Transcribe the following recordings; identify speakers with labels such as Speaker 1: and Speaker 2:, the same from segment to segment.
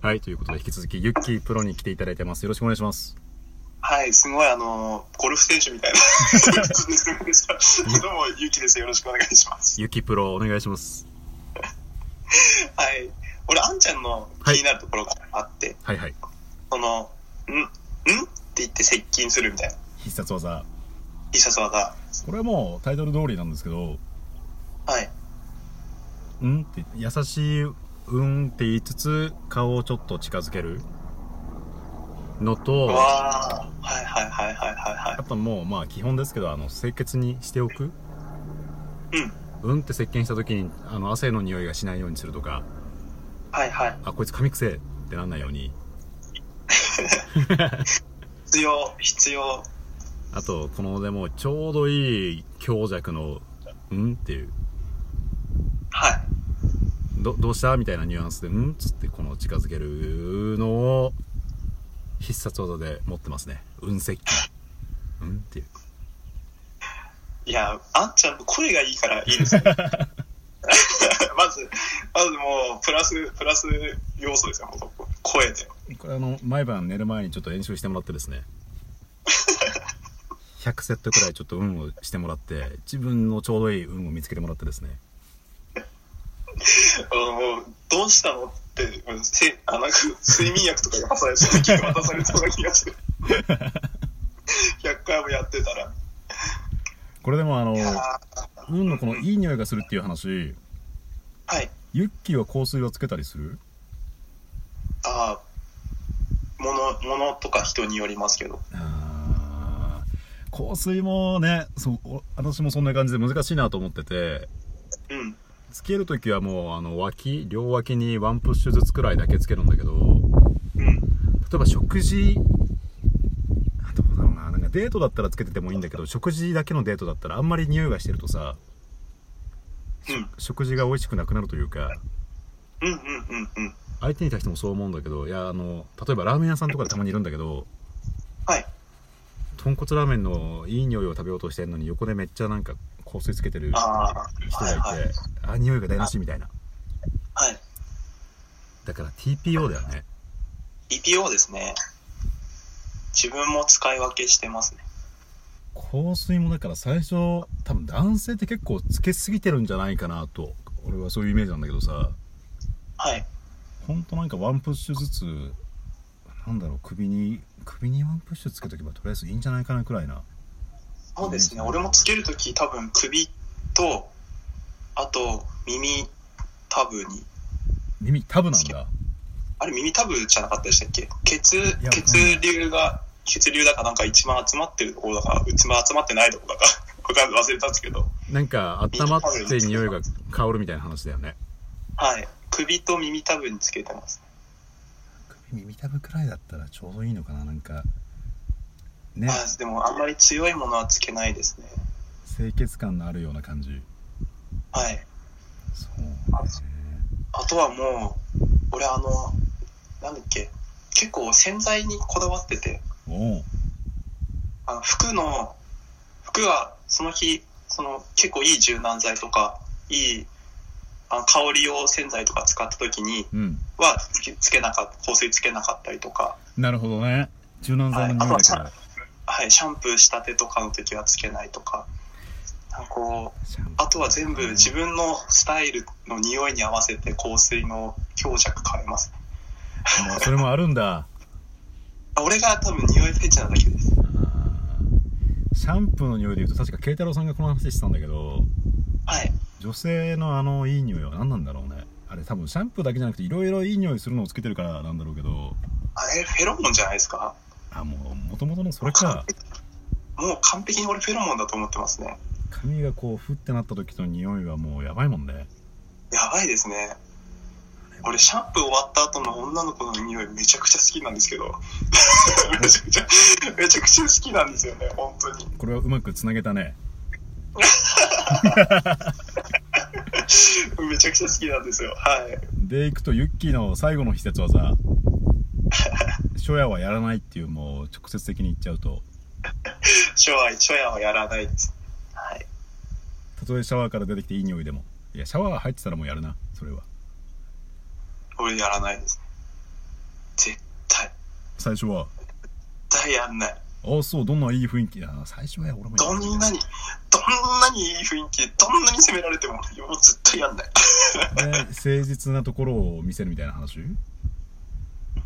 Speaker 1: はい、ということで引き続きユッキープロに来ていただいてます。よろしくお願いします。
Speaker 2: はい、すごいあの、ゴルフ選手みたいな質問でした。どうも、ゆうきです。よろしくお願いします。
Speaker 1: ユッキープロお願いします。
Speaker 2: はい。俺、あんちゃんの気になるところがあって、
Speaker 1: はいはい。
Speaker 2: その、んんって言って接近するみたいな
Speaker 1: 必殺技。
Speaker 2: 必殺技。
Speaker 1: これはもうタイトル通りなんですけど、
Speaker 2: はい。
Speaker 1: うんって、優しい、うんって言いつつ、顔をちょっと近づけるの
Speaker 2: う
Speaker 1: と、や
Speaker 2: わー。はいはいはいはいはいは
Speaker 1: っぱもうまあ基本ですけど、あの、清潔にしておく。
Speaker 2: い。うん。
Speaker 1: うんって接近した時に、あの、汗の匂いがしないようにするとか、
Speaker 2: はいはい。
Speaker 1: あ、こいつ髪くせえってなんないように。
Speaker 2: 必要、必要。
Speaker 1: あと、このでもちょうどいい強弱の、うんっていう。
Speaker 2: はい。
Speaker 1: どどうしたみたいなニュアンスで「ん?」っつってこの近づけるのを必殺技で持ってますね「うん石器」うんっていう
Speaker 2: いや、あんちゃんの声がいいからいいですね。まず、まずもう、プラス、プラス要素ですよ、ほんと声で。
Speaker 1: これあの毎晩寝る前にちょっと練習してもらってですね100セットくらいちょっと運をしてもらって自分のちょうどいい運を見つけてもらってですね
Speaker 2: あのどうしたのって、うんせあなんか睡眠薬とかが渡されて、渡されそうな気がする。100回もやってたら。
Speaker 1: これでもあの
Speaker 2: あ
Speaker 1: 運のこのいい匂いがするっていう話
Speaker 2: はい。
Speaker 1: ユッキーは香水はつけたりする
Speaker 2: ああ、もの、ものとか人によりますけど。
Speaker 1: あー香水もねそうお私もそんな感じで難しいなと思ってて
Speaker 2: うん。
Speaker 1: つけるときはもうあの脇両脇にワンプッシュずつくらいだけつけるんだけど
Speaker 2: うん。
Speaker 1: 例えば食事あどうだろうななんかデートだったらつけててもいいんだけど食事だけのデートだったらあんまり匂いがしてるとさ
Speaker 2: うん。
Speaker 1: 食事が美味しくなくなるというか
Speaker 2: うんうんうんうん。
Speaker 1: 相手に対してもそう思うんだけどいやあの例えばラーメン屋さんとかでたまにいるんだけど
Speaker 2: はい。
Speaker 1: 豚骨ラーメンのいい匂いを食べようとしてるのに横でめっちゃなんか香水つけてる人が
Speaker 2: ああ、
Speaker 1: いて
Speaker 2: はいはい。
Speaker 1: あ匂いが台無しみたいな
Speaker 2: はい。
Speaker 1: だから TPO だよね
Speaker 2: EPO ですね。自分も使い分けしてますね。
Speaker 1: 香水もだから最初多分男性って結構つけすぎてるんじゃないかなと俺はそういうイメージなんだけどさ
Speaker 2: はい。
Speaker 1: ほんとなんかワンプッシュずつなんだろう首に首にワンプッシュつけとけばとりあえずいいんじゃないかなくらいな
Speaker 2: そうですね、俺もつけるとき多分首とあと耳タブに
Speaker 1: 耳タブなんだ
Speaker 2: あれ耳タブじゃなかったでしたっけ血
Speaker 1: や
Speaker 2: 血流が血流だかなんか一番集まってるところだか一番集まってないところだか わかんない忘れたんですけど
Speaker 1: なんか温まって匂いが香るみたいな話だよね
Speaker 2: はい首と耳タブにつけてます
Speaker 1: 首耳タブくらいだったらちょうどいいのかななんかね
Speaker 2: あでもあんまり強いものはつけないですね
Speaker 1: 清潔感のあるような感じ
Speaker 2: はい
Speaker 1: そう
Speaker 2: あ
Speaker 1: ね
Speaker 2: あとはもう俺あのなんだっけ結構洗剤にこだわってて
Speaker 1: おう
Speaker 2: あの服の服はその日その結構いい柔軟剤とかいいあの香り用洗剤とか使った時に
Speaker 1: うん
Speaker 2: はつけつけなかった香水つけなかったりとか、
Speaker 1: なるほどね柔軟剤の
Speaker 2: はい
Speaker 1: 匂い
Speaker 2: あとは
Speaker 1: だから
Speaker 2: はい、シャンプーしたてとかの時はつけないとかなんかこう
Speaker 1: シャンプー
Speaker 2: あとは全部自分のスタイルの匂いに合わせて香水の強弱変えます
Speaker 1: もうそれもあるん だ
Speaker 2: あ俺が多分匂いフェチなだけです
Speaker 1: シャンプーの匂いで言うと確か慶太郎さんがこの話してたんだけど
Speaker 2: はい
Speaker 1: 女性のあのいい匂いは何なんだろうねあれ多分シャンプーだけじゃなくていろいろいい匂いするのをつけてるからなんだろうけど
Speaker 2: あれフェロモンじゃないですか
Speaker 1: あもう元々のそれか
Speaker 2: もう完璧に俺フェロモンだと思ってますね
Speaker 1: 髪がこうふってなった時の匂いはもうやばいもんね
Speaker 2: やばいですね。俺、シャンプー終わった後の女の子の匂いめちゃくちゃ好きなんですけど。 めちゃくちゃ、めちゃくちゃ好きなんですよね、本当に。
Speaker 1: これはうまくつなげたね
Speaker 2: めちゃくちゃ好きなんですよ。はい。
Speaker 1: でいくとユッキーの最後の必殺 技初夜はやらないっていうもう直接的に言っちゃうと
Speaker 2: 初夜、初夜はやらないです。はい。
Speaker 1: たとえシャワーから出てきていい匂いでもいやシャワー入ってたらもうやるなそれは
Speaker 2: 俺やらないです。
Speaker 1: 最初は。
Speaker 2: 絶対やんない。
Speaker 1: あ、そう、どんないい雰囲気。あ、最初は俺も
Speaker 2: どんなに、どんなにいい雰囲気、どんなに攻められても、俺もう絶対やんない。
Speaker 1: で誠実なところを見せるみたいな話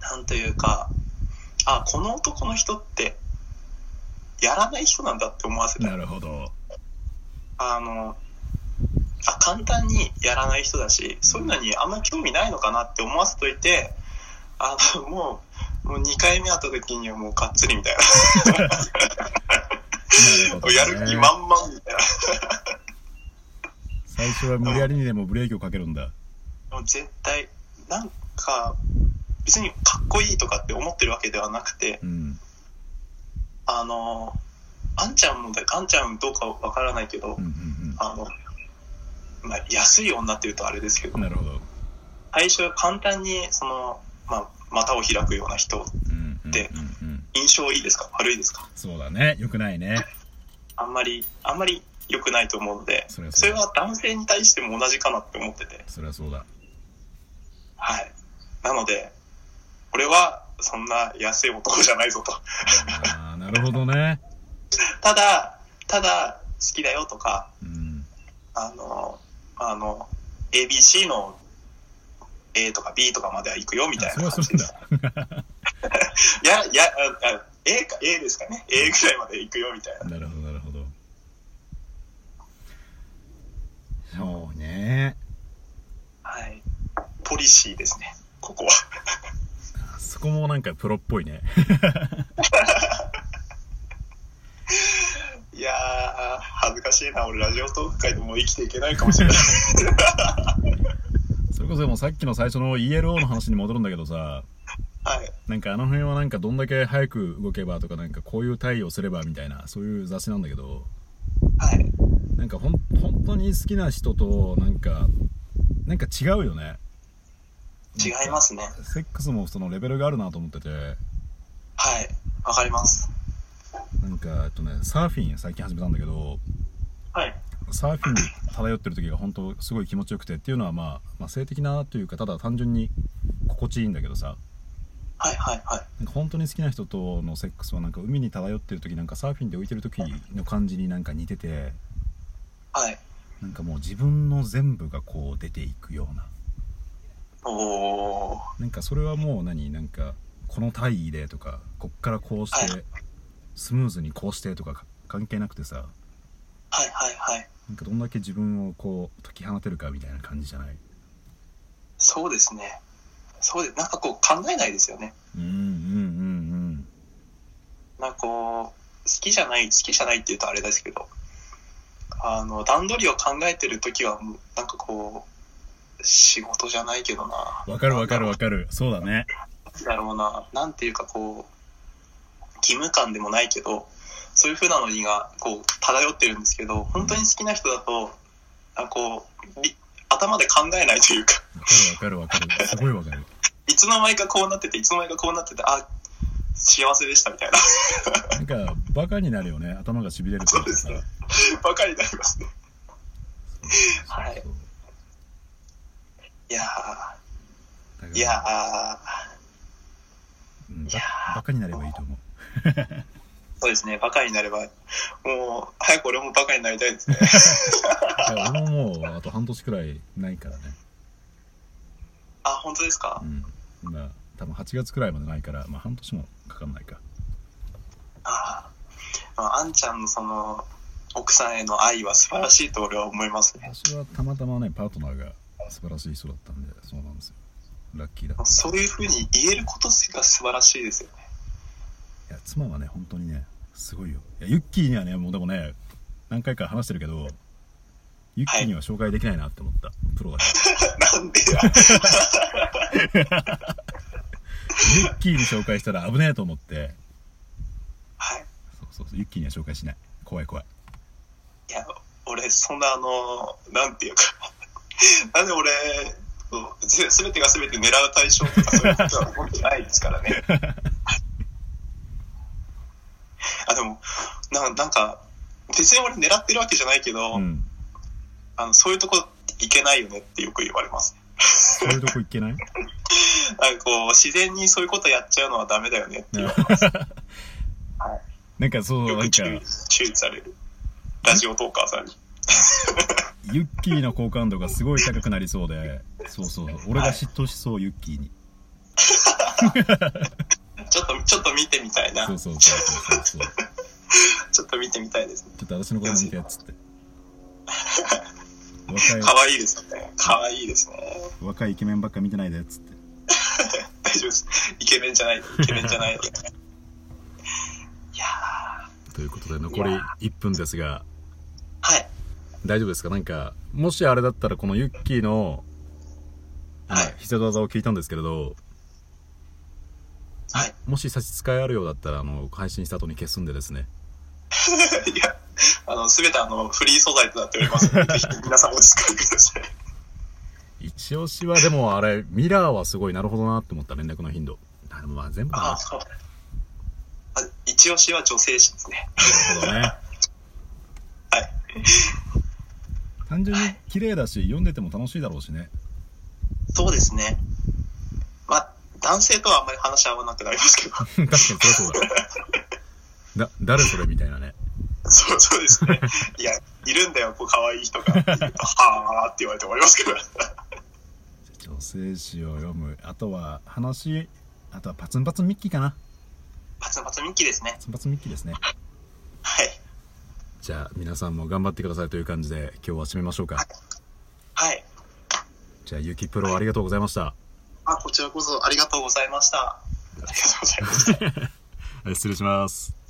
Speaker 2: なんというか、あ、この男の人って、やらない人なんだって思わせたい。
Speaker 1: なるほど。
Speaker 2: あの、あ、簡単にやらない人だし、そういうのにあんま興味ないのかなって思わせといて、あの、もう、もう2回目会った時にはもうがっつりみたい
Speaker 1: なるほど
Speaker 2: な。
Speaker 1: ね
Speaker 2: やる気満々みたいな。
Speaker 1: 最初は無理やりにでもブレーキをかけるんだ。
Speaker 2: もう絶対、なんか、別にかっこいいとかって思ってるわけではなくて、
Speaker 1: うん。
Speaker 2: あの、あんちゃんもだ、あんちゃんどうかわからないけど、
Speaker 1: うんうん
Speaker 2: あの、まあ、安い女って言うとあれですけ
Speaker 1: う
Speaker 2: ど
Speaker 1: ん。、なるほど。
Speaker 2: 最初簡単に、その、まあ、股を開くような人、
Speaker 1: うんうん
Speaker 2: で
Speaker 1: うんうん。
Speaker 2: 印象いいですか悪いですか
Speaker 1: そうだね。よくないね。
Speaker 2: あんまり、あんまり良くないと思うので、
Speaker 1: そ
Speaker 2: そ
Speaker 1: れ
Speaker 2: れ
Speaker 1: はそう
Speaker 2: は男性に対しても同じかなって思ってて、
Speaker 1: それはそうだ。
Speaker 2: はい。なので、俺は、そんな安い男じゃないぞと。
Speaker 1: ああ、なるほどね。
Speaker 2: ただ、ただ、好きだよとか、
Speaker 1: うん。
Speaker 2: あの、あの、ABC の A とか B とかまでは行くよみた
Speaker 1: あ
Speaker 2: い
Speaker 1: それ
Speaker 2: な
Speaker 1: は
Speaker 2: 感
Speaker 1: そ
Speaker 2: じ
Speaker 1: う
Speaker 2: で
Speaker 1: だ
Speaker 2: す。。や、 や、ああ A か、A ですかね。A ぐらいまで行くよみたいな。
Speaker 1: なるほどなるほどそうね
Speaker 2: はい。ポリシーですね。ここは。
Speaker 1: あそこもなんかプロっぽいね
Speaker 2: いやー、恥ずかしいな。俺、ラジオトーク界でもう生きていけないかもし れない。
Speaker 1: それこそもうさっきの最初の ELO の話に戻るんだけどさ
Speaker 2: はい。
Speaker 1: なんかあの辺はなんかどんだけ早く動けばとかなんかこういう対応すればみたいなそういう雑誌なんだけど
Speaker 2: はい。
Speaker 1: なんかほん本当に好きな人となんかなんか違うよね
Speaker 2: 違いますね。
Speaker 1: セックスもそのレベルがあるなと思ってて
Speaker 2: はい。わかります。
Speaker 1: なんかえっとねサーフィン最近始めたんだけど
Speaker 2: はい。
Speaker 1: サーフィンに漂ってる時が本当すごい気持ちよくてっていうのは、まあ、まあ性的なというかただ単純に心地いいんだけどさ
Speaker 2: はい、はい、はい。
Speaker 1: なんか本当に好きな人とのセックスはなんか海に漂ってる時なんかサーフィンで浮いてる時の感じになんか似てて
Speaker 2: はい。
Speaker 1: なんかもう自分の全部がこう出ていくような
Speaker 2: おー。
Speaker 1: なんかそれはもう何なんかこの体位でとかこっからこうし
Speaker 2: は
Speaker 1: てスムーズにこうしてとかか関係なくてさ
Speaker 2: はい、はい、はい。
Speaker 1: なんかどんだけ自分をこう解き放てるかみたいな感じじゃない
Speaker 2: そうですね。そうで、なんかこう、考えないですよね。
Speaker 1: うんうんうん
Speaker 2: なんかこう、好きじゃない、好きじゃないって言うとあれですけど、あの、段取りを考えてるときは、もうなんかこう、仕事じゃないけどな。
Speaker 1: うんわかるわかるわかるそうだね
Speaker 2: だろうな、なんていうかこう、義務感でもないけど、そういう風なのにが、こう、漂ってるんですけど、本当に好きな人だと、なんかこう、り頭で考えないというか、
Speaker 1: わかるわかるわかる。すごいわかる。
Speaker 2: いつの間にかこうなってて、いつの間にかこうなってて、あ、幸せでしたみたいな、
Speaker 1: なんか、バカになるよね。頭が痺れるというかさ。
Speaker 2: そうばかりになりますね。はい
Speaker 1: そうそう
Speaker 2: いや
Speaker 1: そうだから
Speaker 2: ー、いやー、
Speaker 1: うん、
Speaker 2: いや
Speaker 1: ババカになればいいと思う。
Speaker 2: そうですね、バカになれば、もう、早く俺もバカになりたいですね。
Speaker 1: いや俺ももう、あと半年くらいないからね。
Speaker 2: あ、本当ですか
Speaker 1: うん。今、多分8月くらいまでないから、まあ半年もかかんないか。
Speaker 2: ああ、まあ、あんちゃんのその、奥さんへの愛は素晴らしいと俺は思いますね。
Speaker 1: 私はたまたまね、パートナーが素晴らしい人だったんで、そうなんですよ。ラッキーだ。
Speaker 2: そういうふうに言えることが素晴らしいですよね。
Speaker 1: いや、妻はね、本当にね、すごいよ。いや、ユッキーにはね、もうでもね、何回か話してるけど、ユッキーには紹介できないなって思った。プロだから。
Speaker 2: なんでや。
Speaker 1: ユッキーに紹介したら危ねえと思って
Speaker 2: はい。
Speaker 1: そうそうそうユッキーには紹介しない怖い怖い
Speaker 2: いや、俺、そんなあの、なんていうか、 なんで俺、そうぜ全てが全て狙う対象とかそういうことは本当ないですからね。 あ、でも、ななんか、別に俺狙ってるわけじゃないけど、
Speaker 1: うん
Speaker 2: あのそういうとこ行けないよねってよく言われます。
Speaker 1: そういうとこ行けない
Speaker 2: なんかこう、自然にそういうことやっちゃうのはダメだよねっていう。は
Speaker 3: なんかそう、
Speaker 2: い、よ
Speaker 3: なん
Speaker 2: く
Speaker 3: か
Speaker 2: 注、意注意される。ラジオトーカーさんに。
Speaker 3: ユッキーの好感度がすごい高くなりそうで、そうそう、俺が嫉妬しそう、ユッキーに。
Speaker 2: ちょっと、ちょっと見てみたいな。
Speaker 3: そうそうそうそうそう。
Speaker 2: ちょっと見てみたいですね。
Speaker 3: ちょっと私のこと見て、つって。若い、
Speaker 2: 可愛いですね。可愛いですね。
Speaker 3: 若いイケメンばっか見てないで、つって。
Speaker 2: 大丈夫です。イケメンじゃない。イケメンじゃ ない。いやー
Speaker 1: ということで残り1分ですが
Speaker 2: はい。
Speaker 1: 大丈夫ですかなんかもしあれだったらこのユッキーのあの
Speaker 2: はい
Speaker 1: 必殺技を聞いたんですけれど
Speaker 2: はい。
Speaker 1: もし差し支えあるようだったらあの配信した後に消すんでですね
Speaker 2: いや、あの、すべてあの、フリー素材となっております ので、ぜひ皆さんお使いください。
Speaker 1: 一押しはでもあれミラーはすごいなるほどなって思った連絡の頻度あでもまあ全部
Speaker 2: あ
Speaker 1: か
Speaker 2: あ、そう。あ一押しは女性誌ですね。
Speaker 1: ななるほどね
Speaker 2: はい。
Speaker 3: 単純に綺麗だし、読んでても楽しいだろうしね。
Speaker 2: そうですね。まあ、男性とはあんまり話し合わなくなりますけど。
Speaker 1: 確 かにそりゃそうだだ誰それみたいなね
Speaker 2: そう、そうです ね。いや、いるんだよ、こう、可愛い人が。 はあーって言われて終わりますけど。
Speaker 3: 女性誌を読む。あとは、話、あとはパツンパツンミッキーかな。
Speaker 2: パツンパツンミッキーですね
Speaker 3: パ。ツンパツンミッキーですね。
Speaker 2: はい。
Speaker 1: じゃあ皆さんも頑張ってくださいという感じで今日は締めましょうか
Speaker 2: はい。
Speaker 1: じゃあゆきプロありがとうござ いました
Speaker 2: あ、こちらこそありがとうございました。ありがとうございました。
Speaker 1: 失礼します